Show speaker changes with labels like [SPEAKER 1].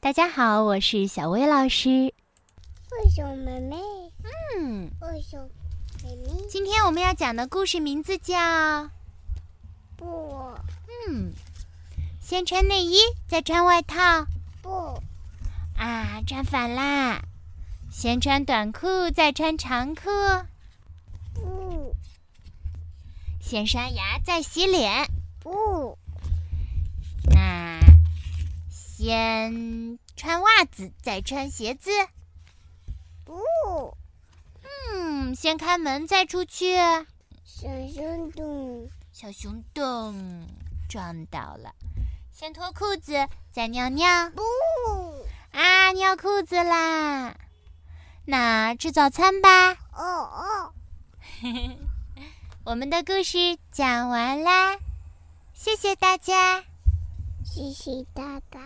[SPEAKER 1] 大家好，我是小薇老师。
[SPEAKER 2] 为什么妹妹？
[SPEAKER 1] 嗯，
[SPEAKER 2] 为什么妹妹
[SPEAKER 1] 今天我们要讲的故事名字叫……
[SPEAKER 2] 不
[SPEAKER 1] 嗯，先穿内衣，再穿外套
[SPEAKER 2] 不
[SPEAKER 1] 啊，穿反啦！先穿短裤，再穿长裤；
[SPEAKER 2] 不
[SPEAKER 1] 先刷牙，再洗脸。
[SPEAKER 2] 不
[SPEAKER 1] 那先穿袜子，再穿鞋子。
[SPEAKER 2] 不，
[SPEAKER 1] 嗯，先开门，再出去。
[SPEAKER 2] 小声动
[SPEAKER 1] 小熊咚撞到了，先脱裤子，再尿尿
[SPEAKER 2] 不
[SPEAKER 1] 啊，尿裤子啦！那吃早餐吧，
[SPEAKER 2] 哦哦，
[SPEAKER 1] 我们的故事讲完啦，谢谢大家。
[SPEAKER 2] 谢谢大大。